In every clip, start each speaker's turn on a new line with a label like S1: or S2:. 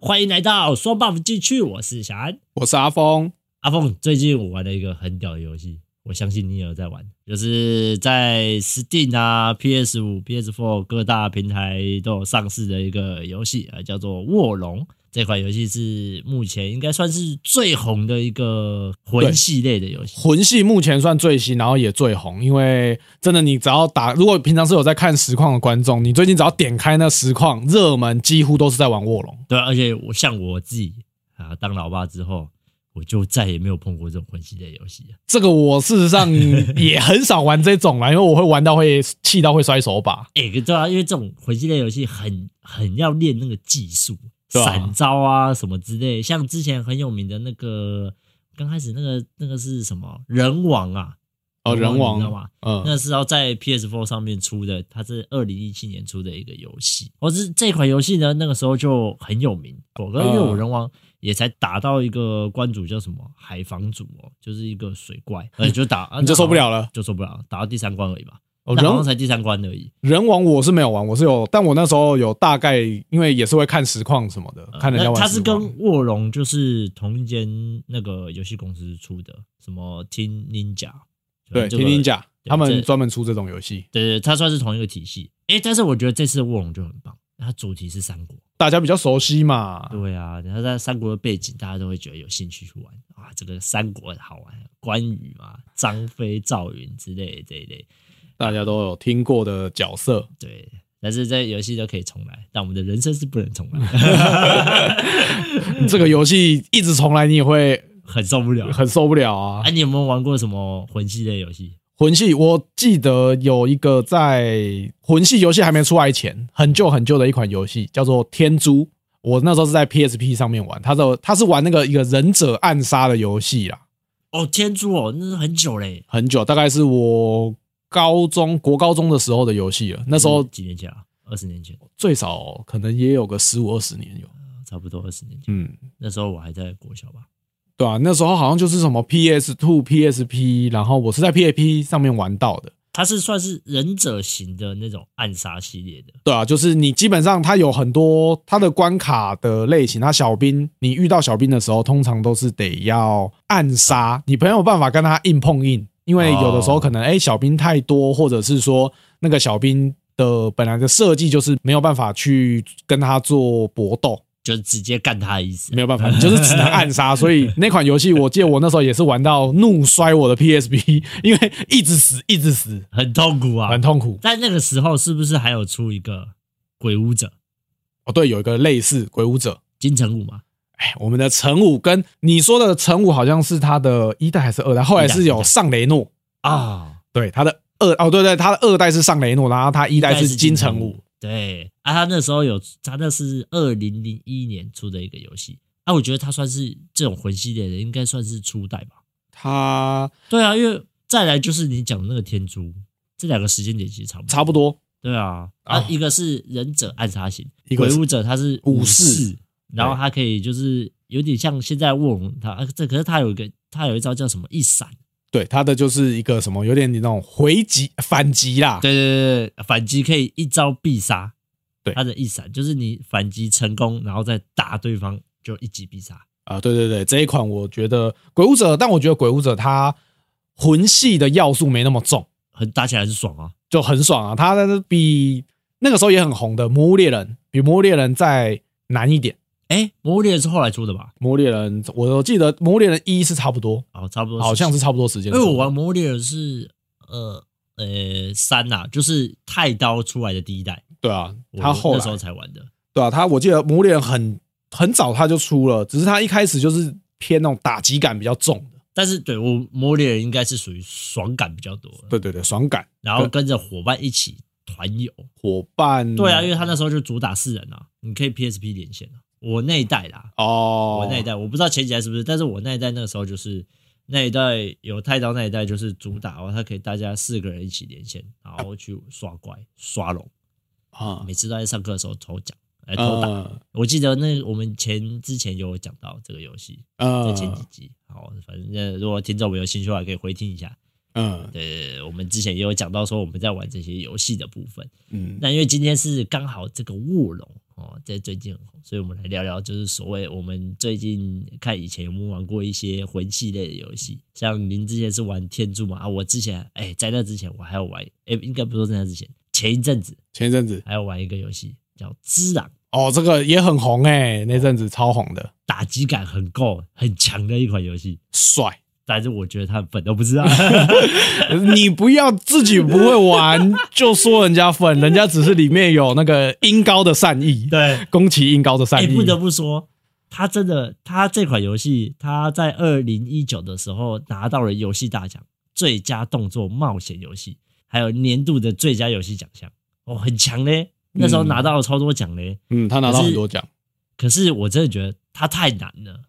S1: 欢迎来到双 buff 进去，我是小安。
S2: 我是阿峰，
S1: 阿凤，最近我玩了一个很屌的游戏，我相信你也有在玩，就是在 Steam 啊、PS 五、PS Four 各大平台都有上市的一个游戏啊，叫做《卧龙》。这款游戏是目前应该算是最红的一个魂
S2: 对
S1: 系列的游戏。
S2: 魂系目前算最新，然后也最红，因为真的你只要打，如果平常是有在看实况的观众，你最近只要点开那实况热门，几乎都是在玩卧龙。
S1: 对啊，而且我像我自己啊，当老爸之后，我就再也没有碰过这种魂系列游戏了。
S2: 这个我事 实上也很少玩这种啦，因为我会玩到会气到会摔手把。
S1: 哎、对啊，因为这种魂系列游戏很很要练那个技术，
S2: 对啊
S1: 闪招啊什么之类。像之前很有名的那个，刚开始那个那个是什么人王啊？
S2: 哦，人
S1: 你知道吗
S2: 王，？嗯，
S1: 那是要在 PS4 上面出的，它是二零一七年出的一个游戏。我、是这款游戏呢，那个时候就很有名。我跟
S2: 嗯
S1: 因为我人王也才打到一个关主叫什么海防主哦，就是一个水怪，呃，就打、啊、
S2: 你就受不了了。
S1: 就受不了，打到第三关而已吧。
S2: 哦，
S1: 那
S2: 人
S1: 好像才第三关而已。
S2: 人王我是没有玩，我是有，但我那时候有大概，因为也是会看实况什么的，看人家
S1: 嗯呃那
S2: 玩实况。
S1: 它是跟卧龙就是同一间那个游戏公司出的，什么 Team Ninja，
S2: 对
S1: 这
S2: 听
S1: 个
S2: 听讲，
S1: 对
S2: 他
S1: 这
S2: 们专门出这种游戏，
S1: 对对，它算是同一个体系。诶，但是我觉得这次的卧龙就很棒，它主题是三国。
S2: 大家比较熟悉嘛。
S1: 对啊，然后在三国的背景，大家都会觉得有兴趣去玩啊。这个三国好玩，关羽嘛、张飞、赵云之类的这一类，
S2: 大家都有听过的角色。
S1: 对。但是在游戏都可以重来，但我们的人生是不能重来，
S2: 这个游戏一直重来，你也会
S1: 很受不了。
S2: 很受不了嗯啊
S1: 哎、。你有没有玩过什么魂系列游戏？
S2: 魂系，我记得有一个在魂系游戏还没出来前，很旧很旧的一款游戏，叫做《天珠》。我那时候是在 PSP 上面玩，它的它是玩那个一个忍者暗杀的游戏啦，
S1: 哦，天珠哦，那是很久嘞，
S2: 很久，大概是我高中国高中的时候的游戏了。那时候
S1: 嗯几年前啊，二十年前，
S2: 最少可能也有个十五二十年有，
S1: 差不多二十年前。
S2: 嗯，
S1: 那时候我还在国小吧。
S2: 对啊，那时候好像就是什么 PS Two、PSP，然后我是在 PAP 上面玩到的。
S1: 它是算是忍者型的那种暗杀系列的，
S2: 对啊，就是你基本上它有很多它的关卡的类型，它小兵你遇到小兵的时候，通常都是得要暗杀，你没有办法跟他硬碰硬，因为有的时候可能哎、诶小兵太多，或者是说那个小兵的呃本来的设计就是没有办法去跟他做搏斗，
S1: 就是直接干他的意思。
S2: 没有办法，你就是只能暗杀。所以那款游戏，我记得我那时候也是玩到怒摔我的 PSP，因为一直死一直死，
S1: 很痛苦啊
S2: 很。痛苦。
S1: 在那个时候，是不是还有出一个鬼舞者
S2: 哦，对，有一个类似鬼舞者。
S1: 金城武嘛？
S2: 哎，我们的陈武跟你说的陈武好像是他的一代还是二代，后来是有上雷诺，
S1: 啊、
S2: 对他的二哦，对对，他的二代是上雷诺，然后他一代是金城武，。
S1: 对啊，他那时候有，他那是二零零一年出的一个游戏啊，我觉得他算是这种魂系列的，应该算是初代吧。
S2: 他
S1: 对啊，因为再来就是你讲的那个天珠，这两个时间点其实差不多。
S2: 差不多
S1: 对啊，啊，
S2: 啊
S1: 一个是忍者暗杀型，
S2: 一个
S1: 鬼
S2: 是
S1: 舞者他是武
S2: 武
S1: 士
S2: 士，
S1: 然后他可以就是有点像现在卧龙，他啊这可是他有一个他有一招叫什么一闪，
S2: 对他的就是一个什么有点那种回击反击啦，
S1: 对对对对，反击可以一招必杀，
S2: 对
S1: 他的一闪就是你反击成功，然后再打对方就一击必杀。
S2: 啊、对对对，这一款我觉得鬼舞者，但我觉得鬼舞者他魂系的要素没那么重，
S1: 很打起来很爽啊！
S2: 就很爽啊，他比那个时候也很红的《魔物猎人》比《魔物猎人》再难一点，《
S1: 哎，魔物猎人是后来出的吧？
S2: 魔物猎人》我记得《魔物猎人》一是差不多。
S1: 哦，差不多，
S2: 好像是。差不多时
S1: 因
S2: 间的
S1: 为
S2: 时
S1: 哎
S2: 候。
S1: 我玩魔物猎人是呃呃三呐、就是太刀出来的第一代，
S2: 对啊，
S1: 我
S2: 他后
S1: 那时候
S2: 来
S1: 才玩的。
S2: 对啊，他我记得《魔猎人很》很早他就出了，只是他一开始就是偏那种打击感比较重的，
S1: 但是对我魔猎人应该是属于爽感比较多，
S2: 对对对，爽感
S1: 然后跟着伙伴一起团游。
S2: 伙伴
S1: 对啊，因为他那时候就主打四人啊，你可以 PSP 连线啊。我那一代啦，
S2: 哦，
S1: 我那一代我不知道前几代是不是，但是我那一代那个时候就是那一代有太刀那一代就是主打哦，他可以大家四个人一起连线，然后去刷怪刷龙，
S2: 啊
S1: 每次都在上课的时候抽奖来偷打。
S2: 呃
S1: 我记得那我们前之前有讲到这个游戏，在
S2: 呃
S1: 前几集。好，反正呃如果听众们有兴趣的话，可以回听一下。
S2: 嗯
S1: 对，我们之前也有讲到说我们在玩这些游戏的部分。
S2: 嗯，
S1: 那因为今天是刚好这个卧龙哦，在最近很红，所以我们来聊聊，就是所谓我们最近看以前有没有玩过一些魂系类的游戏，像您之前是玩天珠嘛？啊，我之前哎、在那之前我还有玩，哎、应该不是说在那之前，前一阵子
S2: 前一阵子
S1: 还有玩一个游戏叫《之狼》，
S2: 哦，这个也很红哎、那阵子超红的，
S1: 打击感很够、很强的一款游戏，
S2: 帅。
S1: 但是我觉得他粉都不啊知道。
S2: 你不要自己不会玩就说人家粉，人家只是里面有那个音高的善 意，
S1: 对，
S2: 宫崎英高的善
S1: 哎、
S2: 意，
S1: 不得不说，他真的，他这款游戏，他在二零一九的时候拿到了游戏大奖最佳动作冒险游戏，还有年度的最佳游戏奖项，哦，很强嘞！那时候拿到了超多奖嘞。
S2: 嗯，他拿到很多奖。
S1: 可是我真的觉得他太难了，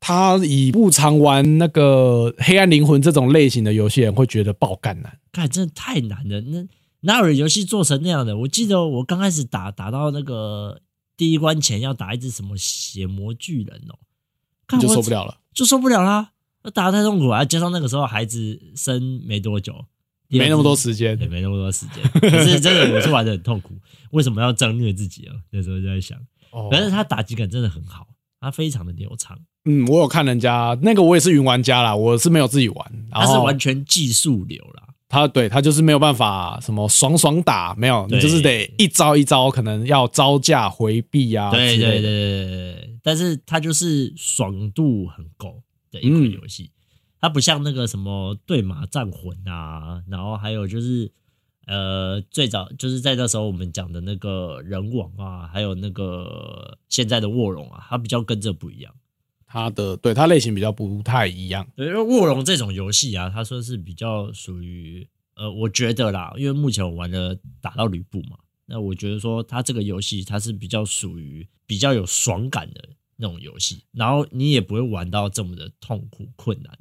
S2: 他以不常玩那个黑暗灵魂这种类型的游戏人会觉得爆干难，
S1: 看真的太难了。那哪有人游戏做成那样的？我记得我刚开始打打到那个第一关前要打一只什么血魔巨人哦，看
S2: 你就
S1: 我
S2: 受不了了。
S1: 就受不了啦，那打得太痛苦啊！加上那个时候孩子生没多久，
S2: 没那么多时
S1: 也
S2: 间，
S1: 没那么多时间。可是真的，我是玩的很痛苦。为什么要这样虐自己啊？那时候就在想，
S2: 哦
S1: 可是他打击感真的很好，他非常的流畅，
S2: 嗯，我有看人家那个，我也是云玩家啦，我是没有自己玩，然
S1: 他
S2: 后
S1: 是完全技术流啦。
S2: 他对他就是没有办法什么爽爽打，没有，
S1: 对
S2: 你就是得一招一招，可能要招架回避啊，
S1: 对
S2: 之
S1: 对对
S2: 类的，
S1: 对对对，但是他就是爽度很够的一款
S2: 嗯
S1: 游戏。它不像那个什么对马战魂啊，然后还有就是呃，最早就是在那时候我们讲的那个人王啊，还有那个现在的卧龙啊，它比较跟这不一样。
S2: 他的对他类型比较不太一样，
S1: 对，因为卧龙这种游戏啊，它算是比较属于呃，我觉得啦，因为目前我玩的打到吕布嘛，那我觉得说它这个游戏它是比较属于比较有爽感的那种游戏，然后你也不会玩到这么的痛苦困难，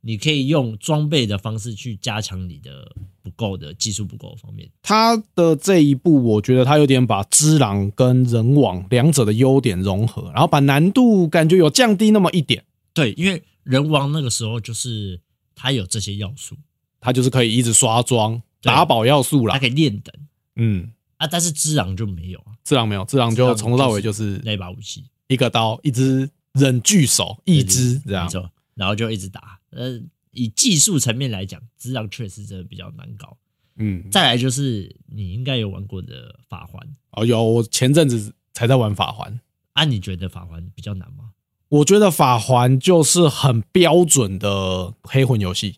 S1: 你可以用装备的方式去加强你的不够的技术不够的方面。
S2: 他的这一步，我觉得他有点把之狼跟人王两者的优点融合，然后把难度感觉有降低那么一点，
S1: 对，因为人王那个时候就是它有这些要素，
S2: 他就是可以一直刷装
S1: 对
S2: 打宝要素
S1: 它
S2: 啦。
S1: 可以练等
S2: 嗯，
S1: 啊，但是之狼就没有啊，
S2: 之狼没有，之狼
S1: 之
S2: 就
S1: 狼
S2: 从头到尾就是
S1: 那把武器。
S2: 一个刀，一只忍巨手，一只这样
S1: 没。错，然后就一直打。呃，以技术层面来讲，质量确实真的比较难搞。
S2: 嗯，
S1: 再来就是你应该有玩过的法环
S2: 哦，有我前阵子才在玩法环，
S1: 啊，你觉得法环比较难吗？
S2: 我觉得法环就是很标准的黑魂游戏，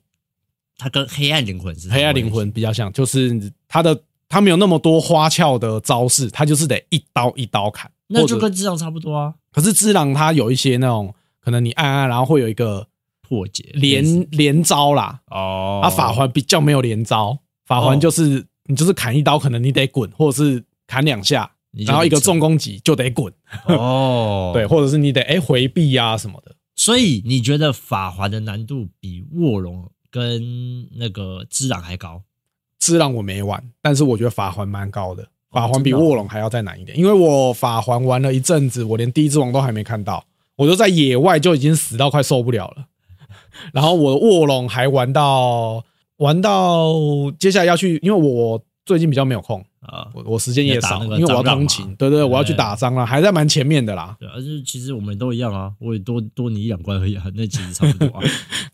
S1: 它跟黑暗灵魂是什么
S2: 黑暗灵魂比较像，就是它的它没有那么多花俏的招式，它就是得一刀一刀砍。
S1: 那就
S2: 或者
S1: 跟质量差不多啊。
S2: 可是之狼它有一些那种，可能你按按，然后会有一个
S1: 破解
S2: 连连招啦，
S1: 哦，
S2: 啊，法环比较没有连招，法
S1: 哦
S2: 环就是你就是砍一刀，可能你得滚，或者是砍两下，
S1: 你就
S2: 然后一个
S1: 不
S2: 重攻击就得滚，
S1: 成哦，
S2: 对，。或者是你得哎回避啊什么的。
S1: 所以你觉得法环的难度比卧龙跟那个之狼还高？
S2: 之狼我没玩，但是我觉得法环蛮高的，法环比
S1: 真的哦
S2: 卧龙还要再难一点，因为我法环玩了一阵子，我连第一只王都还没看到，我就在野外就已经死到快受不了 了。然后我卧龙还玩到玩到接下来要去，因为我最近比较没有空，
S1: 啊、
S2: 我我时间也
S1: 要打
S2: 少，
S1: 那个
S2: 因为我要
S1: 蟑螂
S2: 通
S1: 嘛
S2: 勤，对对，我要去
S1: 对
S2: 打蟑螂，还在蛮前面的啦。
S1: 对，而且其实我们都一样啊，我也多多你一两关而已啊，那其实差不多 啊。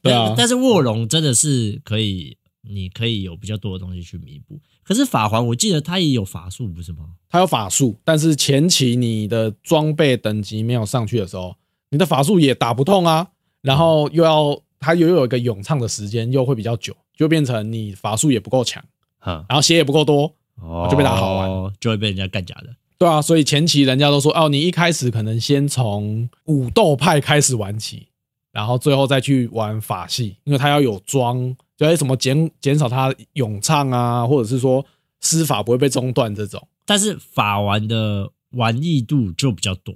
S2: 对啊
S1: 但但是卧龙真的是可以，你可以有比较多的东西去弥补。可是法环，我记得它也有法术，不是吗？
S2: 它有法术，但是前期你的装备等级没有上去的时候，你的法术也打不痛啊。然后又要它又有一个咏唱的时间，又会比较久，就变成你法术也不够强，
S1: 哈，
S2: 然后血也不够多，
S1: 哦
S2: 就被打好
S1: 玩，就会被人家干假的。
S2: 对啊。所以前期人家都说，哦，你一开始可能先从武斗派开始玩起，然后最后再去玩法系，因为它要有装，就是什么减减少它咏唱啊，或者是说施法不会被中断这种。
S1: 但是法环的玩意度就比较多，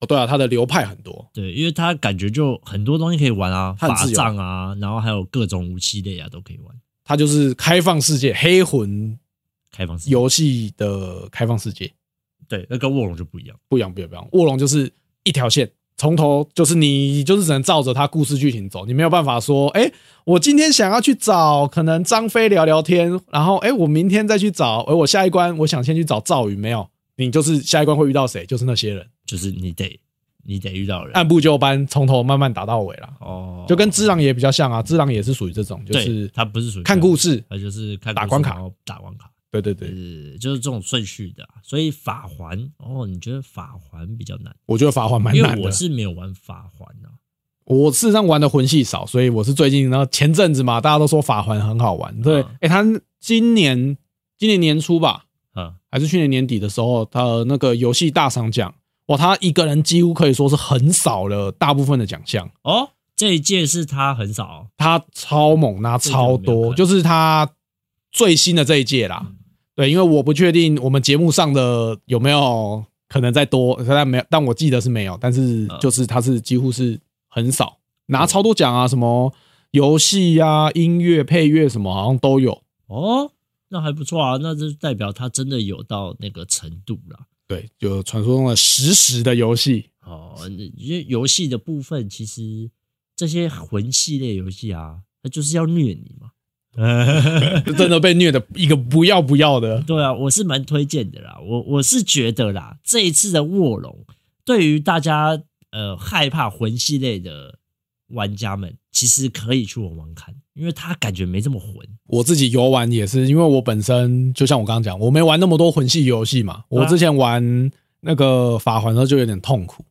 S2: 哦，对啊，它的流派很多。
S1: 对，因为它感觉就很多东西可以玩啊，
S2: 它很
S1: 法
S2: 自由
S1: 杖啊，然后还有各种武器类啊都可以玩，
S2: 它就是开放世界，黑魂
S1: 开放式
S2: 游戏的开放世界
S1: 对，那跟卧龙就不一样。
S2: 不一样，不一样，不一样。卧龙就是一条线，从头就是你就是只能照着它故事剧情走，你没有办法说，哎、我今天想要去找可能张飞聊聊天，然后哎、诶我明天再去找，哎、我下一关我想先去找赵云，没有，你就是下一关会遇到谁，就是那些人，
S1: 就是你得你得遇到人
S2: 按部就班，从头慢慢打到尾啦。
S1: 哦，
S2: 啊就跟《只狼》也比较像啊，《只狼》也是属于这种，就
S1: 对
S2: 是
S1: 他不是属于
S2: 看故事，
S1: 他就是看
S2: 打
S1: 故事
S2: 关卡
S1: 然后打关卡，
S2: 对对对，
S1: 呃，就是这种顺序的啊、所以法环哦，你觉得法环比较难？
S2: 我觉得法环蛮
S1: 因
S2: 难
S1: 为
S2: 的
S1: 我。是没有玩法环啊。
S2: 我事实上玩的魂系少，所以我是最近，然后前阵子嘛，大家都说法环很好玩，对，
S1: 嗯
S2: 哎，他今年今年年初吧，
S1: 啊，
S2: 还是去年年底的时候，他那个游戏大赏奖，哇，他一个人几乎可以说是横扫了大部分的奖项，
S1: 哦，这一届是他很少哦、
S2: 他超猛，拿超
S1: 这个我没有
S2: 多，
S1: 看
S2: 就是他最新的这一届啦。对，因为我不确定我们节目上的有没有可能再多，但没有，但我记得是没有，但是
S1: 嗯
S2: 就是他是几乎是很少拿超多奖啊，什么游戏啊、音乐配乐什么好像都有。
S1: 哦，那还不错啊，那就代表他真的有到那个程度啦。
S2: 对，就传说中的实时的游戏，
S1: 哦，那因为游戏的部分，其实这些魂系列游戏啊，它就是要虐你 嘛。
S2: 真的被虐的一个不要不要的。
S1: 对啊，我是蛮推荐的啦。我我是觉得啦，这一次的卧龙对于大家呃害怕魂系类的玩家们，其实可以去玩玩看，因为他感觉没这么魂。
S2: 我自己游玩也是，因为我本身就像我刚刚讲，我没玩那么多魂系游戏嘛。
S1: 对啊
S2: 我之前玩那个法环的时候就有点痛苦，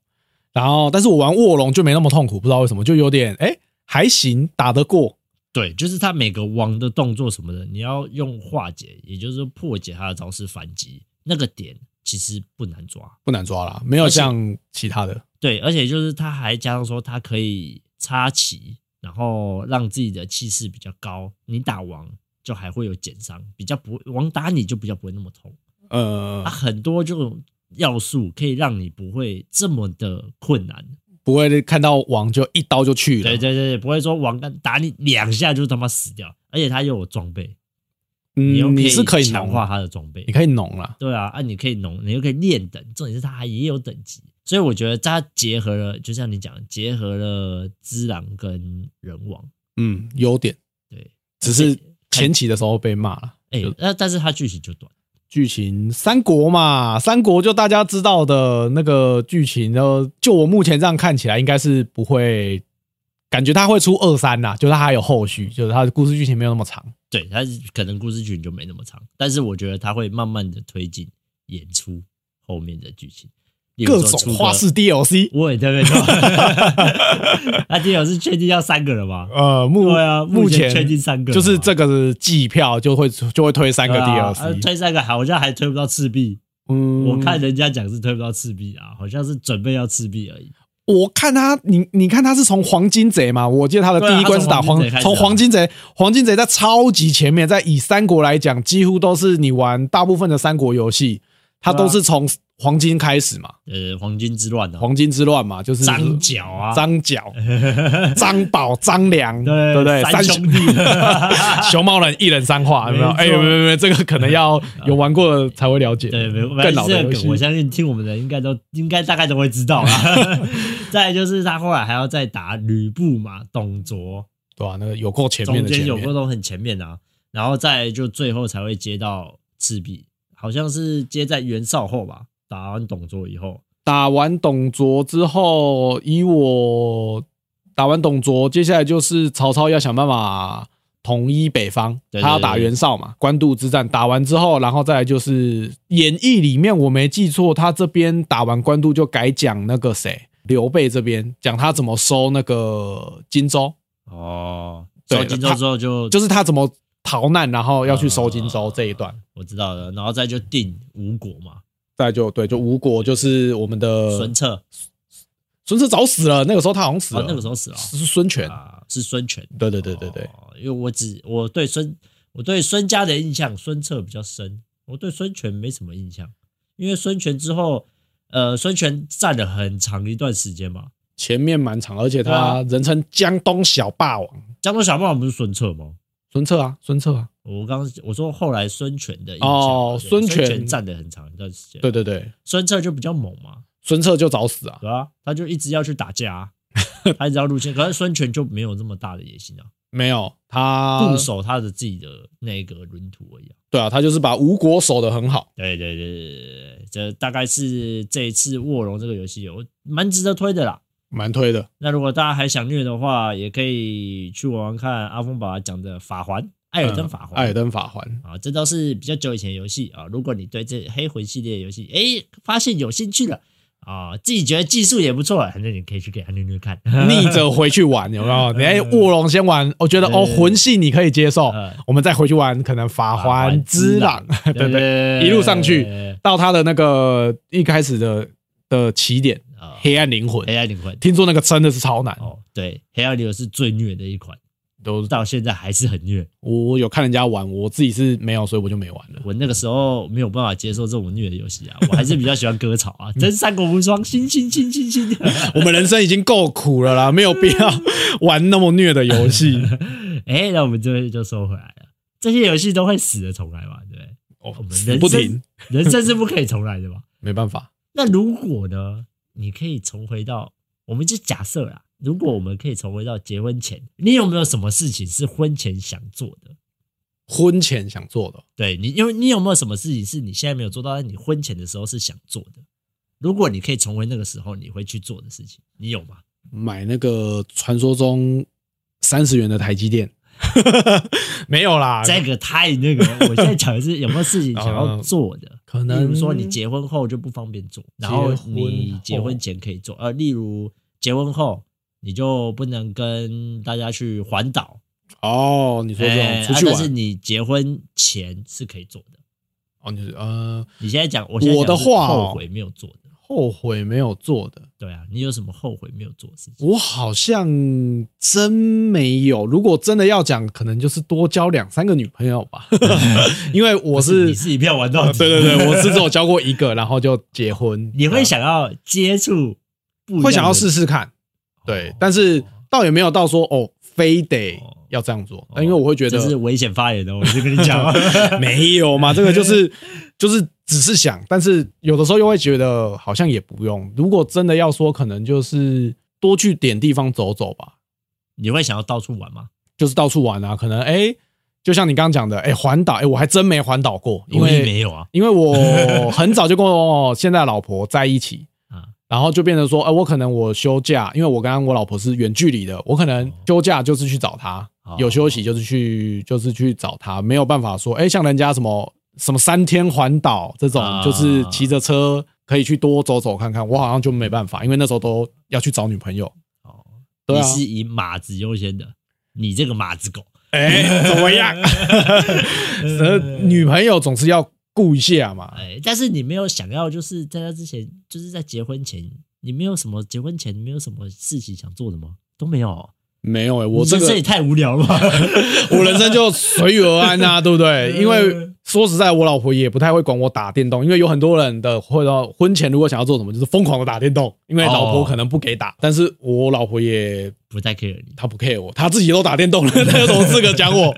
S2: 然后但是我玩卧龙就没那么痛苦，不知道为什么就有点哎、诶还行，打得过。
S1: 对，就是他每个王的动作什么的，你要用化解，也就是说破解他的招式反击，那个点其实不难抓。
S2: 不难抓啦，没有
S1: 而且
S2: 像其他的，
S1: 对，而且就是他还加上说，他可以插旗，然后让自己的气势比较高，你打王就还会有减伤，比较不会王打你就比较不会那么痛。
S2: 呃
S1: 啊，，很多这种要素可以让你不会这么的困难。
S2: 不会看到王就一刀就去了。
S1: 对对对对，不会说王干打你两下就他妈死掉，而且他又有装备，你又
S2: 嗯，你是可以
S1: 强
S2: 农
S1: 化，他的装备
S2: 你。可以农啦。
S1: 对啊，啊，你可以农，你又可以练等，重点是它还也有等级，所以我觉得它结合了，就像你讲，结合了之狼跟人王，
S2: 嗯，优点
S1: 对，
S2: 只是
S1: 看
S2: 前期的时候被骂了。
S1: 哎、那、但是它剧情就短，
S2: 剧情三国嘛，三国就大家知道的那个剧情，然后就我目前这样看起来，应该是不会，感觉它会出二三呐，就是它还有后续，就是它的故事剧情没有那么长。
S1: 对，它是可能故事剧情就没那么长，但是我觉得它会慢慢的推进演出后面的剧情，例如
S2: 各
S1: 说出
S2: 种
S1: 个
S2: 花式 DLC，
S1: 喂，对不对？那 D 友是确定要三个了吗？
S2: 呃，目
S1: 对啊，
S2: 目前
S1: 确定三个了吗，
S2: 就是这个季票就会就会推三个
S1: 对啊啊
S2: DLC，
S1: 推三个好像还推不到赤壁。
S2: 嗯
S1: 我看人家讲是推不到赤壁啊，好像是准备要赤壁而已。
S2: 我看他，你你看他是从黄金贼嘛？我记得他的第一关是打黄
S1: 对啊他，从
S2: 从
S1: 黄
S2: 黄金贼，黄金贼在超级前面，在以三国来讲，几乎都是你玩大部分的三国游戏，它
S1: 对啊
S2: 都是从黄金开始嘛，
S1: 呃，黄金之乱啊，
S2: 黄金之乱嘛，就是
S1: 张角啊，
S2: 张角、张宝、张良，
S1: 对
S2: 对不对？
S1: 三兄弟，
S2: 熊猫人一人三话，有没有？
S1: 没错
S2: 哎，没有没有没有，这个可能要有玩过的才会了解，
S1: 对，没有，
S2: 嗯更老的
S1: 这个
S2: 游
S1: 梗，我
S2: 戏。
S1: 相信听我们的应该都应该大概都会知道啦。 再来就是他后来还要再打吕布嘛，董卓，
S2: 对啊，那个有够前面
S1: 中
S2: 的前
S1: 间有
S2: 面
S1: 过，都很前面啊，然后再来就最后才会接到赤壁，好像是接在袁绍后吧，打完董卓以后，
S2: 打完董卓之后，以我打完董卓，接下来就是曹操要想办法统一北方，
S1: 对对
S2: 他要打袁绍嘛，官渡之战打完之后，然后再来就是演义里面我没记错，他这边打完官渡就改讲那个谁刘备这边讲他怎么收那个荆州，
S1: 哦，
S2: 对
S1: 收荆州
S2: 他
S1: 之后就
S2: 就是他怎么逃难，然后要去收荆州
S1: 嗯啊
S2: 这一段。
S1: 我知道了，然后再就定吴国嘛，
S2: 再来就对，就吴国就是我们的
S1: 孙策，
S2: 孙策早死了，那个时候他好像死了，
S1: 哦那个时候死了哦
S2: 是孙权。
S1: 啊，是孙权。
S2: 对对对对对，
S1: 哦，因为我只我对孙我对孙家的印象，孙策比较深，我对孙权没什么印象，因为孙权之后，呃，孙权占了很长一段时间嘛。
S2: 前面蛮长，而且
S1: 对啊
S2: 他人称江东小霸王，
S1: 江东小霸王不是孙策吗？
S2: 孙策啊，孙策啊，
S1: 我刚我说后来孙权的印象
S2: 哦
S1: 对
S2: 孙
S1: 孙
S2: 权
S1: 占了很长一段时间，
S2: 对，对对，
S1: 孙策就比较猛嘛，
S2: 孙策就早死啊，
S1: 对啊，他就一直要去打架、 啊，他一直要入侵，可是孙权就没有这么大的野心啊，
S2: 没有他
S1: 固守他的自己的那个领土而已啊。
S2: 对啊，他就是把吴国守得很好，
S1: 对对对对对对，这大概是这一次卧龙这个游戏，我蛮值得推的啦。
S2: 蛮推的。
S1: 那如果大家还想虐的话，也可以去玩玩看阿峰把讲的《法环》《艾尔登法环
S2: 艾》尔登法环，
S1: 啊，这都是比较久以前的游戏啊。如果你对这黑魂系列游戏，哎，发现有兴趣了啊，自己觉得技术也不错，那你可以去给他虐虐看。
S2: 逆着回去玩， 有没有？你哎，卧龙先玩，我觉得哦，
S1: 嗯对
S2: 魂系你可以接受
S1: 嗯，
S2: 我们再回去玩，可能法
S1: 法
S2: 环
S1: 环
S2: 之
S1: 之
S2: 朗
S1: 朗，
S2: 对对，
S1: 对
S2: 一路上去到他的那个一开始的的起点，
S1: 啊，
S2: 黑暗灵魂，
S1: 黑暗灵魂
S2: 听说那个真的是超难，
S1: 哦，对，黑暗灵魂是最虐的一款，
S2: 都
S1: 到现在还是很虐。
S2: 我有看人家玩，我自己是没有，所以我就没玩了。
S1: 我那个时候没有办法接受这种虐的游戏啊，我还是比较喜欢割草啊，真三国无双，星星星星 星。
S2: 我们人生已经够 苦了啦，没有必要玩那么虐的游戏。
S1: 哎，那我们这边就说回来了，这些游戏都会死的重来嘛，对不对？
S2: 哦
S1: 我们
S2: 死
S1: 人
S2: 不
S1: 生
S2: 停，
S1: 人生是不可以重来的嘛。
S2: 没办法。
S1: 那如果呢，你可以重回到，我们就假设啦，如果我们可以重回到结婚前，你有没有什么事情是婚前想做的？
S2: 婚前想做的，
S1: 对你，因为你有没有什么事情是你现在没有做到，但你婚前的时候是想做的？如果你可以重回那个时候，你会去做的事情，你有吗？
S2: 买那个传说中三十元的台 积电，没有啦，
S1: 这个太那 个了，我现在讲的是有没有事情想要做的。
S2: 哦可
S1: 例
S2: 能
S1: 如说，你结婚后就不方便做，然后你结婚前可以做。呃，例如结婚后你就不能跟大家去环岛，
S2: 哦，你说这
S1: 哎
S2: 种出
S1: 啊
S2: 去
S1: 但是
S2: 玩
S1: 你结婚前是可以做的。
S2: 哦，你是呃
S1: 你现在讲，我现在
S2: 我的
S1: 讲是
S2: 话哦
S1: 后悔没有做的，
S2: 后悔没有做的，
S1: 对啊，你有什么后悔没有做的事情？
S2: 我好像真没有。如果真的要讲，可能就是多交两三个女朋友 吧， 因为我
S1: 不
S2: 是
S1: 你是一票玩到底，
S2: 啊对对对，我 是只有交过一个，然后就结婚。
S1: 你会想要接触不一样的，
S2: 会想要试试看，对
S1: 哦，
S2: 但是倒也没有到说哦，非得要这样
S1: 哦
S2: 做，因为我会觉
S1: 这是
S2: 得
S1: 危险发言的，我就跟你讲，
S2: 没有嘛，这个就是就是只是想，但是有的时候又会觉得好像也不用。如果真的要说，可能就是多去点地方走走吧，
S1: 你会想要到处玩吗？
S2: 就是到处玩啊，可能哎、就像你刚刚讲的，哎、环岛，哎、我还真没环岛过，因
S1: 我也
S2: 为
S1: 没有啊，
S2: 因为我很早就跟我现在的老婆在一起，
S1: 啊，
S2: 然后就变成说，哎、我可能我休假，因为我刚刚我老婆是远距离的，我可能休假就是去找她，
S1: 哦
S2: 有休息就是去就是去找她，没有办法说，哎、像人家什么什么三天环岛这种，
S1: 啊
S2: 就是骑着车可以去多走走看看，我好像就没办法，因为那时候都要去找女朋友。
S1: 嗯哦，
S2: 对
S1: 你
S2: 啊，
S1: 是以马子优先的，你这个马子狗，
S2: 哎、怎么 样？ 呃女朋友总是要顾一下嘛。
S1: 哎，但是你没有想要，就是在他之前，就是在结婚前，你没有什么结婚前没有什么事情想做的吗？都没有哦，
S2: 没有哎、我这
S1: 你人生
S2: 个
S1: 也太无聊了 吧，
S2: 我人生就随遇而安啊，对不
S1: 嗯
S2: 对？因为说实在，我老婆也不太会管我打电动，因为有很多人的或者婚前如果想要做什么，就是疯狂的打电动，因为老婆可能不给打，但是我老婆也
S1: 不太 care 你。
S2: 她不 care 我，她自己都打 电动了，她有什么资格讲我？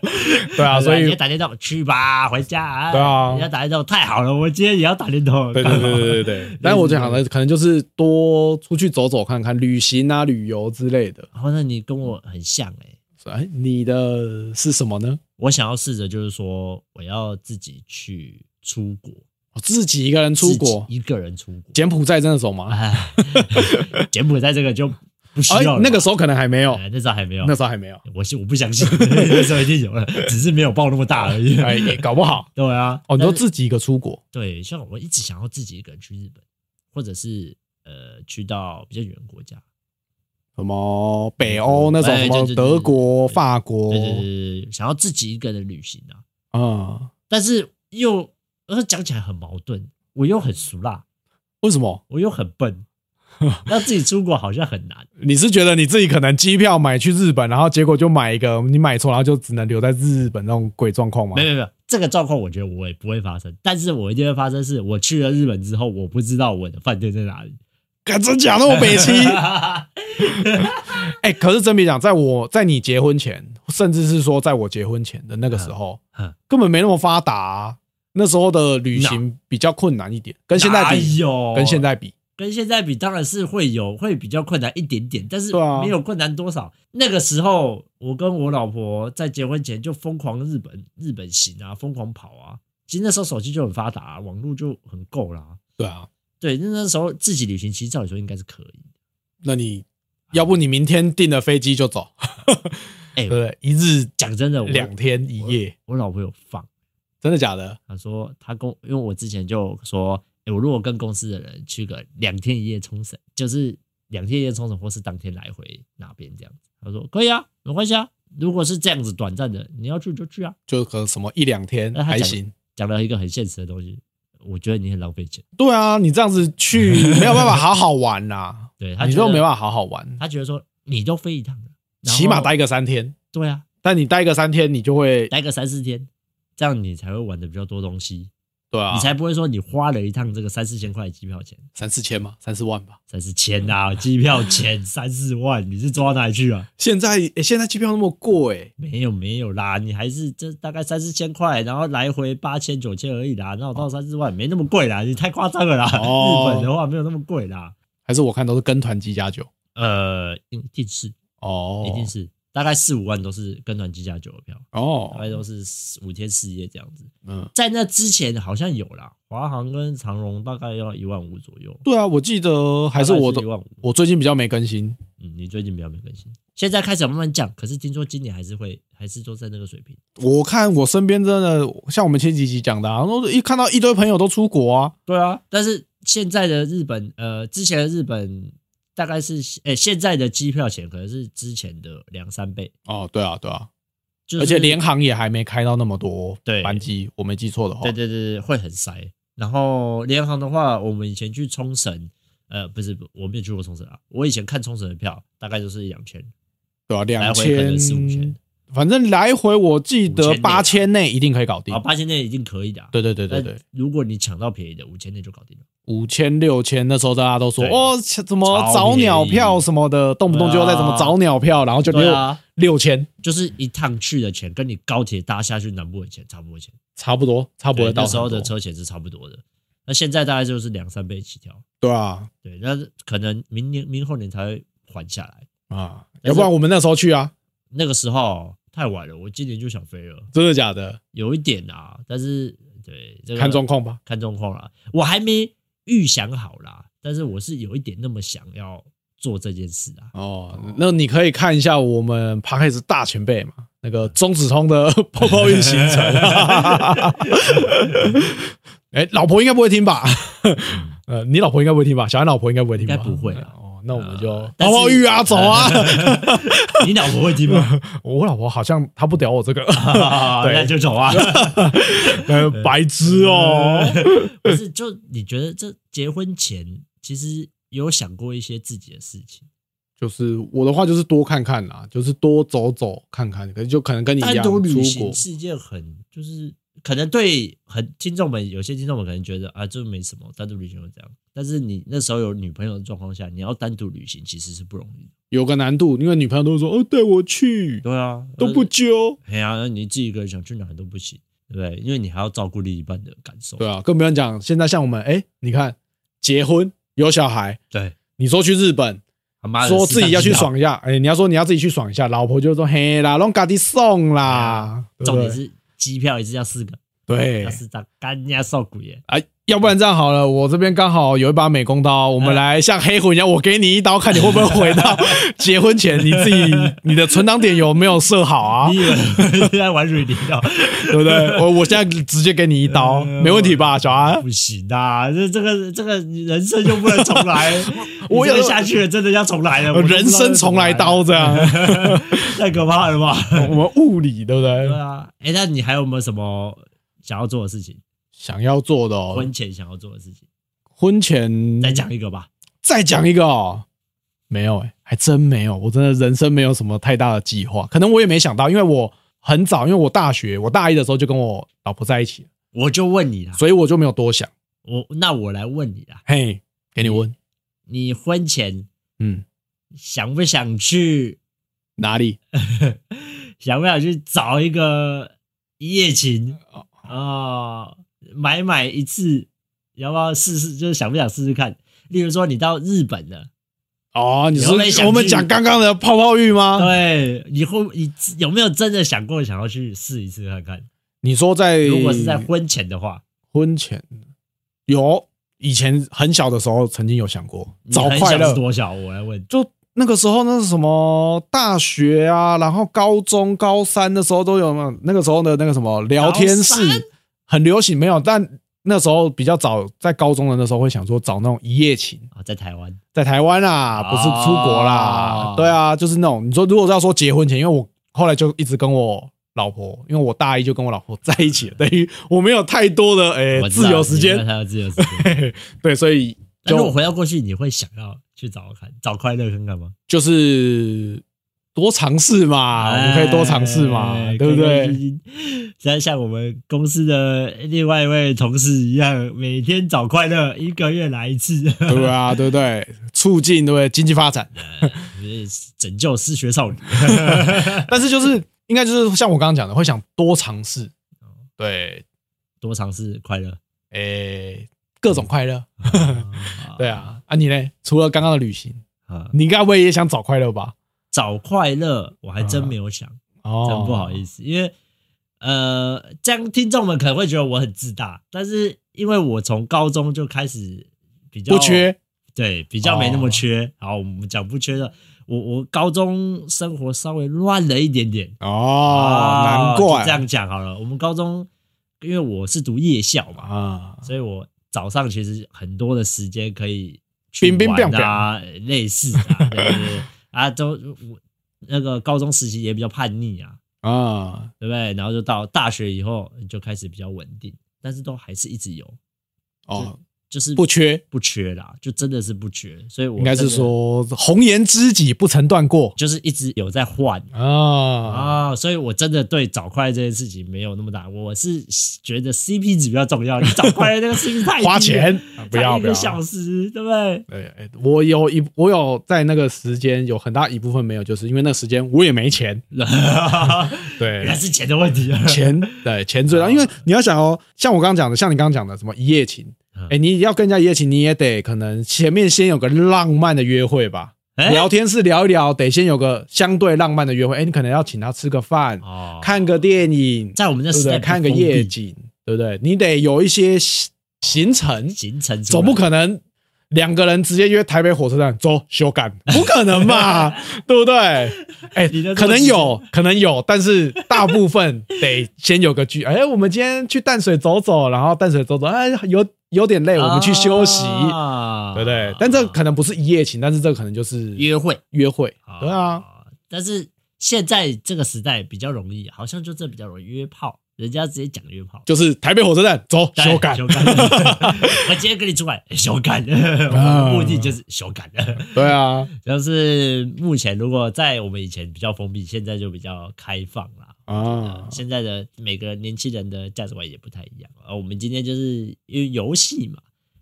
S2: 对啊，所
S1: 你
S2: 以
S1: 要打电动去吧，回家啊。
S2: 对啊
S1: 你要打电动太好了，我今天也要打电动。
S2: 对对对对 对对，但是我就想的可能就是多出去走走看看，旅行啊、旅游之类的。
S1: 然后那你跟我很像哎、
S2: 哎，你的是什么呢？
S1: 我想要试着就是说，我要自己去出国，
S2: 我哦自己一个人出国
S1: 自，己一个人出国。
S2: 柬埔寨那时候吗？
S1: 哎， 柬埔寨这个就不需
S2: 哎
S1: 要了吧、，
S2: 那个时候可能还没有，
S1: 哎那时候还没有
S2: 那，时候还没有。
S1: 我是我不相信， 那时候已经有了，只是没有爆那么大而已。
S2: 哎，也搞不好
S1: 对啊，
S2: 哦，你
S1: 但
S2: 都
S1: 是
S2: 自己一个出国，
S1: 对，像我一直想要自己一个人去日本，或者是呃去到比较远的国家，
S2: 什么北欧那种，
S1: 哎对
S2: 什么
S1: 对对
S2: 德
S1: 对
S2: 国、
S1: 对
S2: 法国
S1: 对，对对对对，想要自己一个人旅行啊。
S2: 嗯，
S1: 但是又呃讲起来很矛盾，我又很俗辣，
S2: 为什么？
S1: 我又很 笨，要自己出国好像很难。
S2: 你是觉得你自己可能机票买去日本，然后结果就买一个你买错，然后就只能留在日本那种鬼状况吗
S1: 没？有没有没有，这个状况我觉得我也不会发生，但是我一定会发生是我去了日本之后，我不知道我的饭店在哪里。
S2: 敢真假那么 北七？哎，可是真别讲，在我在你结婚前，甚至是说在我结婚前的那个时候
S1: 嗯嗯，
S2: 根本没那么发达啊，那时候的旅行比较困难一点， 跟现在
S1: 哎
S2: 比，
S1: 呦，
S2: 跟现在比，
S1: 跟现在比，当然是会有会比较困难一点点，但是
S2: 对啊
S1: 没有困难多少。那个时候，我跟我老婆在结婚前就疯狂日本日本行啊，疯狂跑啊。其实那时候手机就很发达啊、网络就很够啦、
S2: 对啊，
S1: 对，那那时候自己旅行，其实照理说应该是可以。
S2: 那你要不你明天订了飞机就走，
S1: 哎
S2: 对不对？一日
S1: 讲真的，我
S2: 两天一夜，
S1: 我老婆有放，
S2: 真的假的？
S1: 她说她跟我因为我之前就说，哎、我如果跟公司的人去个两天一夜冲绳，就是两天一夜冲绳，或是当天来回哪边这样子，她说可以啊，没关系啊。如果是这样子短暂的，你要去就去啊。
S2: 就可能什么一两天
S1: 那他
S2: 还
S1: 讲
S2: 行。
S1: 讲了一个很现实的东西，我觉得你很浪费钱。
S2: 对啊，你这样子 去没有办法好好玩呐、
S1: 对他
S2: 你
S1: 觉
S2: 就
S1: 得
S2: 没办法好好玩，
S1: 他觉得说你都飞一趟了，然后
S2: 起码待个三天。
S1: 对啊，
S2: 但你待个三天，你就会
S1: 待个三四天，这样你才会玩的比较多东西，
S2: 对啊
S1: 你，才不会说你花了一趟这个三四千块的机票钱，
S2: 三四千嘛，三四万吧。
S1: 三四千啊，机票钱 三四万，你是抓哪里去啊？
S2: 现在、诶现在机票那么贵、
S1: 没有没有啦，你还是这大概三四千块，然后来回八千九千而已啦，那我到三四万没那么贵啦，你太夸张了啦。
S2: 哦
S1: 日本的话没有那么贵啦，
S2: 还是我看都是跟团机加酒
S1: 呃，一定是
S2: 哦，
S1: 一定是大概四五万都是跟团机加酒的票，大
S2: 哦，
S1: 概都是四五天四夜这样子。
S2: 嗯，
S1: 在那之前好像有啦，华航跟长荣大概要一万五左右，
S2: 对啊，我记得还是我
S1: 大概一
S2: 的，
S1: 万五。
S2: 我最近比较没更新，
S1: 嗯，你最近比较没更新，现在开始慢慢降，可是听说今年还是会，还是都在那个水平。
S2: 我看我身边真的像我们前几集讲的、啊，然后一看到一堆朋友都出国啊，
S1: 对啊，但是现在的日本，呃，之前的日本大概是，诶、现在的机票钱可能是之前的两三倍，
S2: 哦，对啊，对啊，
S1: 就是、
S2: 而且联航也还没开到那么多
S1: 对
S2: 班机，我没记错的话，
S1: 对对对对，会很塞。然后联航的话，我们以前去冲绳，呃，不是，不我没有去过冲绳啊，我以前看冲绳的票大概就是一两千，
S2: 对啊，
S1: 来
S2: 两
S1: 回可能
S2: 千
S1: 四五千，
S2: 反正来回我记
S1: 五
S2: 得
S1: 千内
S2: 八千内一定可以搞定
S1: 啊，。八千内一定可以的、啊。
S2: 对对对对
S1: 但
S2: 对，
S1: 如果你抢到便宜的，五千内就搞定了。
S2: 五千六千那时候大家都说
S1: 对
S2: 哦，怎么
S1: 超
S2: 早
S1: 便宜
S2: 鸟票什么的，动不动就要在什么早鸟票，然后就
S1: 对
S2: 六
S1: 啊，
S2: 六千，
S1: 就是一趟去的钱，跟你高铁搭下去南部的钱差不多钱，
S2: 差不多差不
S1: 对
S2: 多到
S1: 那时候
S2: 差
S1: 的
S2: 不多
S1: 车钱是差不多的。那现在大概就是两三倍起跳，
S2: 对啊
S1: 对，那可能明年明后年才会缓下来。
S2: 啊，
S1: 但是
S2: 要不然我们那时候去啊，
S1: 那个时候哦太晚了，我今年就想飞了，
S2: 真的假的？
S1: 有一点啊，但是对啊这个
S2: 看状况吧。
S1: 看状况啦，我还没预想好啦，但是我是有一点那么想要做这件事啊。
S2: 哦，那你可以看一下我们 p a c k a g e 大前辈嘛，那
S1: 嗯
S2: 个中子通的 泡泡浴行程。啊 哎，老婆应该不会听吧？呃，你老婆应该不会听吧？小安老婆应该不会听
S1: 嗯
S2: 吧？
S1: 应该不会啊啦
S2: 哦，那我们就
S1: 呃但是
S2: 泡泡浴啊，走啊！
S1: 你老婆会听吗？
S2: 我老婆好像她不屌我这个， 对
S1: 那就走啊。
S2: 呃，白痴哦。
S1: 嗯不是，就你觉得这结婚前其实有想过一些自己的事情，
S2: 就是我的话，就是多看看啦，就是多走走看看，可是就可能跟你一
S1: 单
S2: 样
S1: 独
S2: 出
S1: 旅
S2: 国
S1: 行，是一件很就是。可能对很听众们，有些听众们可能觉得啊，这没什么，单独旅行就这样。但是你那时候有女朋友的状况下，你要单独旅行其实是不容易的。
S2: 有个难度，因为女朋友都会说哦，带我去，
S1: 对啊，
S2: 都 不揪。
S1: 哎呀，那你自己一个人想去哪里都不行，对不对？因为你还要照顾另一半的感受。
S2: 对啊，更不用讲，现在像我们，哎、你看结婚有小孩，
S1: 对，
S2: 你说去日本，
S1: 他妈的
S2: 说自己要去
S1: 世上
S2: 爽一下，哎、你要说你要自己去爽一下，老婆就说嘿啦，弄咖喱送啦，
S1: 最好，哎重点
S2: 对
S1: 是机票一次要四个，
S2: 不对
S1: 要
S2: 对。
S1: 四张，干家受鬼耶！
S2: 哎，要不然这样好了，我这边刚好有一把美工刀，我
S1: 嗯
S2: 们来像黑魂一样，我给你一刀，看你会不会回 到结婚前，你自己你的存档点有没有设好 啊
S1: 你，以为在玩水灵哦？
S2: 对不对？我我现在直接给你一刀，
S1: 哎
S2: 没问题吧，小安？
S1: 不行啊，这这个这个人生就不能重来，
S2: 我
S1: 你这
S2: 有
S1: 个下去了，真的要重来了，我都不知道
S2: 人生重来刀这样，
S1: 太可怕了 吧？
S2: 我们物理对不对
S1: 对？啊，哎，那你还有没有什么想要做的事情？
S2: 想要做的哦，
S1: 婚前想要做的事情，
S2: 婚前
S1: 再讲一个吧。
S2: 再讲一个哦，没有哎、还真没有，我真的人生没有什么太大的计划，可能我也没想到，因为我很早，因为我大学我大一的时候就跟我老婆在一起了，
S1: 我就问你啦，
S2: 所以我就没有多想。
S1: 我那我来问你啦，
S2: 嘿，给你问，
S1: 你婚前
S2: 嗯，
S1: 想不想去？
S2: 哪里？
S1: 想不想去找一个一夜情
S2: 哦
S1: 啊、买买一次，要不要试试？就是想不想试试看？例如说，你到日本了，
S2: 哦，你
S1: 有没有想
S2: 说
S1: 去
S2: 我们讲刚刚的泡泡浴吗？
S1: 对，你会你有没有真的想过想要去试一次看看？
S2: 你说在
S1: 如果是在婚前的话，
S2: 婚前有以前很小的时候曾经有想过
S1: 你
S2: 找
S1: 很
S2: 快
S1: 小
S2: 乐
S1: 是，多小？我来问。
S2: 就那个时候那是什么大学啊，然后高中、高三的时候都有嘛那个时候的那个什么聊天
S1: 高三
S2: 室很流行，没有？但那时候比较早，在高中的那时候会想说找那种一夜情，
S1: 啊，在台湾
S2: 在台湾啦，
S1: 啊
S2: 不是出国
S1: 哦，
S2: 啦对啊，就是那种你说如果要说结婚前，因为我后来就一直跟我。老婆，因为我大一就跟我老婆在一起了，等于我没有太多的诶、
S1: 我知道
S2: 哎自由时
S1: 啊你
S2: 间
S1: 们，还有自由时 间。
S2: 对，所以
S1: 但
S2: 就是
S1: 我回到过去，你会想要去找看找快乐看看吗？
S2: 就是多尝试嘛，啊我们可以多尝试嘛
S1: 哎，
S2: 对
S1: 开
S2: 不？
S1: 开
S2: 对？
S1: 心心现在像我们公司的另外一位同事一样，每天找快乐，一个月来一次，
S2: 对啊，对不对？促进对不对经济发展，
S1: 拯救失学少女。
S2: 但是就是应该就是像我刚刚讲的，会想多尝试，对，
S1: 多尝试快乐。
S2: 诶，各种快
S1: 嗯
S2: 乐，
S1: 啊
S2: 对，啊，啊你呢？除了刚刚的旅行，
S1: 啊，
S2: 你应该不会也想找快乐吧？
S1: 找快乐我还真没有想，
S2: 哦，
S1: 真不好
S2: 思，
S1: 意思，因为呃，这样听众们可能会觉得我很自大，但是因为我从高中就开始比较
S2: 不缺，
S1: 对，比较没那
S2: 哦
S1: 么缺。好，我们讲不缺的，我我高中生活稍微乱了一点点
S2: 哦，难
S1: 啊就这
S2: 怪
S1: 样讲好了。我们高中因为我是读夜校嘛，
S2: 啊，
S1: 所以我早上其实很多的时间可以去
S2: 冰冰
S1: 玩
S2: 冰冰
S1: 啊，类似啊，对对对啊，都我那个高中时期也比较叛逆啊，
S2: 啊，
S1: 对不对？然后就到大学以后就开始比较稳定，但是都还是一直有，
S2: 哦，
S1: 就是
S2: 不缺，
S1: 不缺啦，就真的是不缺，所以我
S2: 应该是
S1: 真的
S2: 说红颜知己不曾断过
S1: 就是一直有在换
S2: 啊
S1: 啊、所以我真的对找快乐这件事情没有那么大，我是觉得 CP 值比较重要。你找快乐那个 CP 太低了
S2: 花钱，啊不
S1: 才
S2: 要
S1: 一
S2: 不
S1: 个
S2: 要。
S1: 小时，对不 对？
S2: 哎哎，我有一我有在那个时间有很大一部分没有，就是因为那时间我也没钱，
S1: 原
S2: 对
S1: 来是钱的问题啊，
S2: 钱对钱最大，因为你要想哦，像我刚刚讲的，像你刚刚讲的什么一夜情
S1: 嗯，
S2: 哎，你要跟人家一夜情，你也得可能前面先有个浪漫的约会吧。
S1: 哎
S2: 聊天室聊一聊，得先有个相对浪漫的约会。哎，你可能要请他吃个饭，
S1: 哦，
S2: 看个电影，
S1: 在我们那
S2: 对
S1: 时
S2: 不
S1: 代
S2: 对？
S1: 不
S2: 看个
S1: 封闭
S2: 夜景，对不对？你得有一些行行程，
S1: 行程出来，
S2: 总不可能两个人直接约台北火车站走修改，不可能嘛， 对不对？哎、
S1: 你的
S2: 可
S1: 逻
S2: 能
S1: 辑
S2: 有，可能有，但是大部分得先有个剧。哎、我们今天去淡水走走，然后淡水走走，哎，有有点累，我们去休息，
S1: 啊
S2: 对不对？但这可能不是一夜情，但是这可能就是
S1: 约会，
S2: 约会，对啊。，
S1: 但是现在这个时代比较容易，好像就这比较容易约炮，人家直接讲约炮。
S2: 就是台北火车站走
S1: 对
S2: 修改，
S1: 修改。 我今天跟你出来修 改，我
S2: 啊
S1: 们的目的就是修 改。
S2: 对啊，
S1: 就是目前如果在我们以前比较封闭，现在就比较开放啦。
S2: 啊，
S1: 现在的每个年轻人的价值观也不太一样。呃，我们今天就是因为游戏嘛，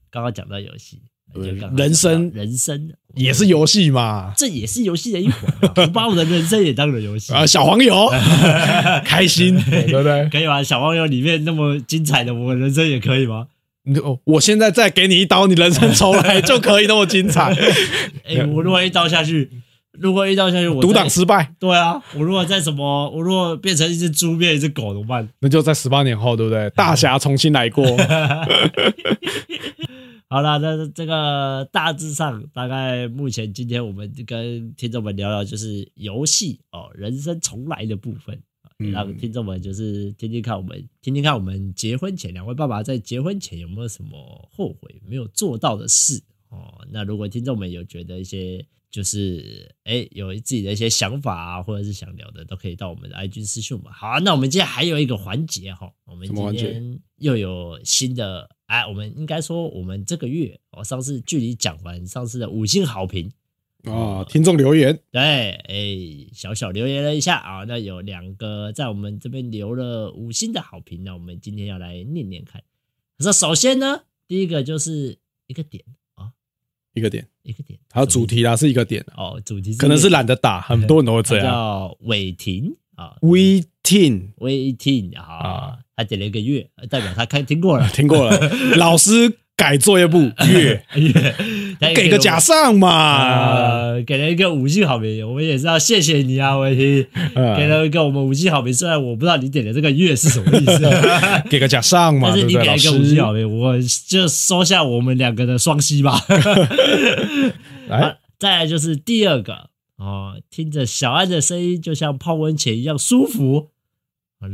S1: 刚刚讲到游戏，就
S2: 对
S1: 刚好讲到
S2: 人生
S1: 人生
S2: 也是游戏嘛，
S1: 这也是游戏的一环、啊， 我把我的人生也当成游戏。
S2: 啊，小黄油，开心，对不对？
S1: 可以吗？小黄油里面那么精彩的，我人生也可以吗？
S2: 你哦，我现在再给你一刀，你人生重来就可以那么 精彩。
S1: 哎、我如果一刀下去，如果一刀下去，我
S2: 独
S1: 在
S2: 挡失败，
S1: 对啊，我如果在什么，我如果变成一只猪，变成一只狗怎么办？
S2: 那就在十八年后，对不
S1: 嗯
S2: 对？大侠重新 来过，
S1: 好啦，那这个大致上，大概目前今天我们跟听众们聊聊就是游戏哦，人生重来的部分，
S2: 嗯
S1: 让听众们就是听听看我们听听看我们结婚前两位爸爸在结婚前有没有什么后悔没有做到的事哦。那如果听众们有觉得一些就是哎有自己的一些想法啊，或者是想聊的，都可以到我们的 IG 私讯我们。好啊、那我们今天还有一个环节哈、我们
S2: 什么
S1: 今
S2: 环节
S1: 天又有新的哎，我们应该说我们这个月我、哦、上次距离讲完上次的五星好评，
S2: 哦，听众留言
S1: 对，哎，小小留言了一下啊，那有两个在我们这边留了五星的好评，那我们今天要来念念看。那首先呢，第一个就是一个点啊，
S2: 一个点，
S1: 一个点，
S2: 还有主题啦，是一个点，啊
S1: 哦，主题
S2: 可能是懒得啊打，很多人都会这
S1: 他
S2: 样。
S1: 叫伟霆啊
S2: We Teen
S1: ，V T 啊
S2: 啊，。
S1: 他点了一个月，代表他看听过了
S2: 听过了，老师改作业簿月，给个假上嘛。
S1: 啊，给了一个五星好评，我们也是要谢谢你啊，维听，
S2: 嗯
S1: 给了一个我们五星好评。虽然我不知道你点的这个月是什么 意思，
S2: 给个假上嘛，
S1: 但
S2: 对
S1: 是
S2: 不
S1: 你
S2: 对？
S1: 给
S2: 老
S1: 了一个五星好
S2: 师，
S1: 评，我就收下我们两个的双膝吧。
S2: 哎，
S1: 再来就是第二个哦，听着小安的声音，就像泡温泉一样舒服。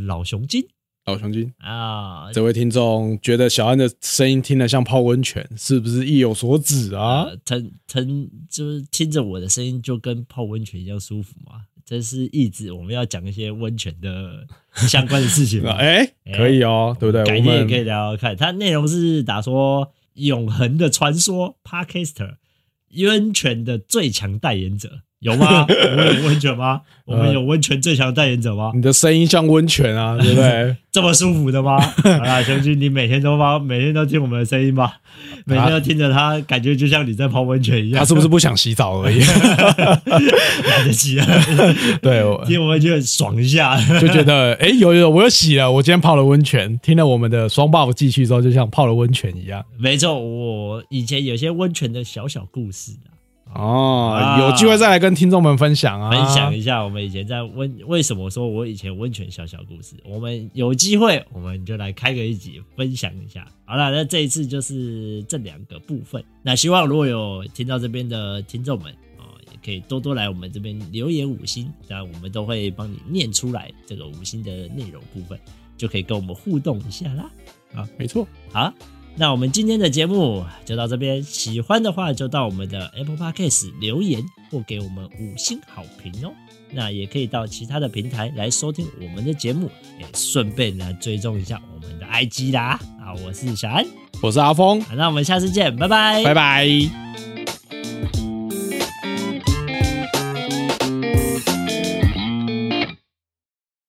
S1: 老雄精
S2: 老雄君，
S1: 啊，
S2: 这位听众觉得小安的声音听得像泡温泉，是不是意有所指啊？
S1: 呃疼疼，就是听着我的声音就跟泡温泉一样舒服嘛。这是一直我们要讲一些温泉的相关的事情嘛。
S2: 哎，可以哦，对不对？
S1: 改
S2: 我
S1: 天也
S2: 们
S1: 可以聊聊看。它内容是打说永恒的传说 Podcaster 温泉的最强代言者有 吗？我们有温泉吗？我
S2: 呃
S1: 们有温泉最强代言者吗？
S2: 你的声音像温泉 啊，对不对？
S1: 这么舒服的 吗？好啦，雄君，你每天都吗？每天都听我们的声音吧，每天都听着它，感觉就像你在泡温泉一样
S2: 他，是不是不想洗澡而已？
S1: 来得及啊！
S2: 对， 我
S1: 听我们就爽一下。
S2: 就觉得哎、诶有有，我又洗了，我今天泡了温泉，听了我们的双 buff 继续之后，就像泡了温泉一样。
S1: 没错，我以前有些温泉的小小故事啊
S2: 哦，
S1: 啊
S2: 有机会再来跟听众们分享啊，
S1: 分享一下我们以前在温为什么说我以前温泉小小故事，我们有机会我们就来开个一集分享一下。好了，那这一次就是这两个部分。那希望如果有听到这边的听众们哦，也可以多多来我们这边留言五星，这样我们都会帮你念出来这个五星的内容部分，就可以跟我们互动一下啦。
S2: 没错，
S1: 好，那我们今天的节目就到这边。喜欢的话，就到我们的 Apple Podcast 留言或给我们五星好评哦。那也可以到其他的平台来收听我们的节目，也顺便呢追踪一下我们的 IG 啦。啊，我是小安，
S2: 我是阿峰，
S1: 好那我们下次见，拜拜，
S2: 拜拜。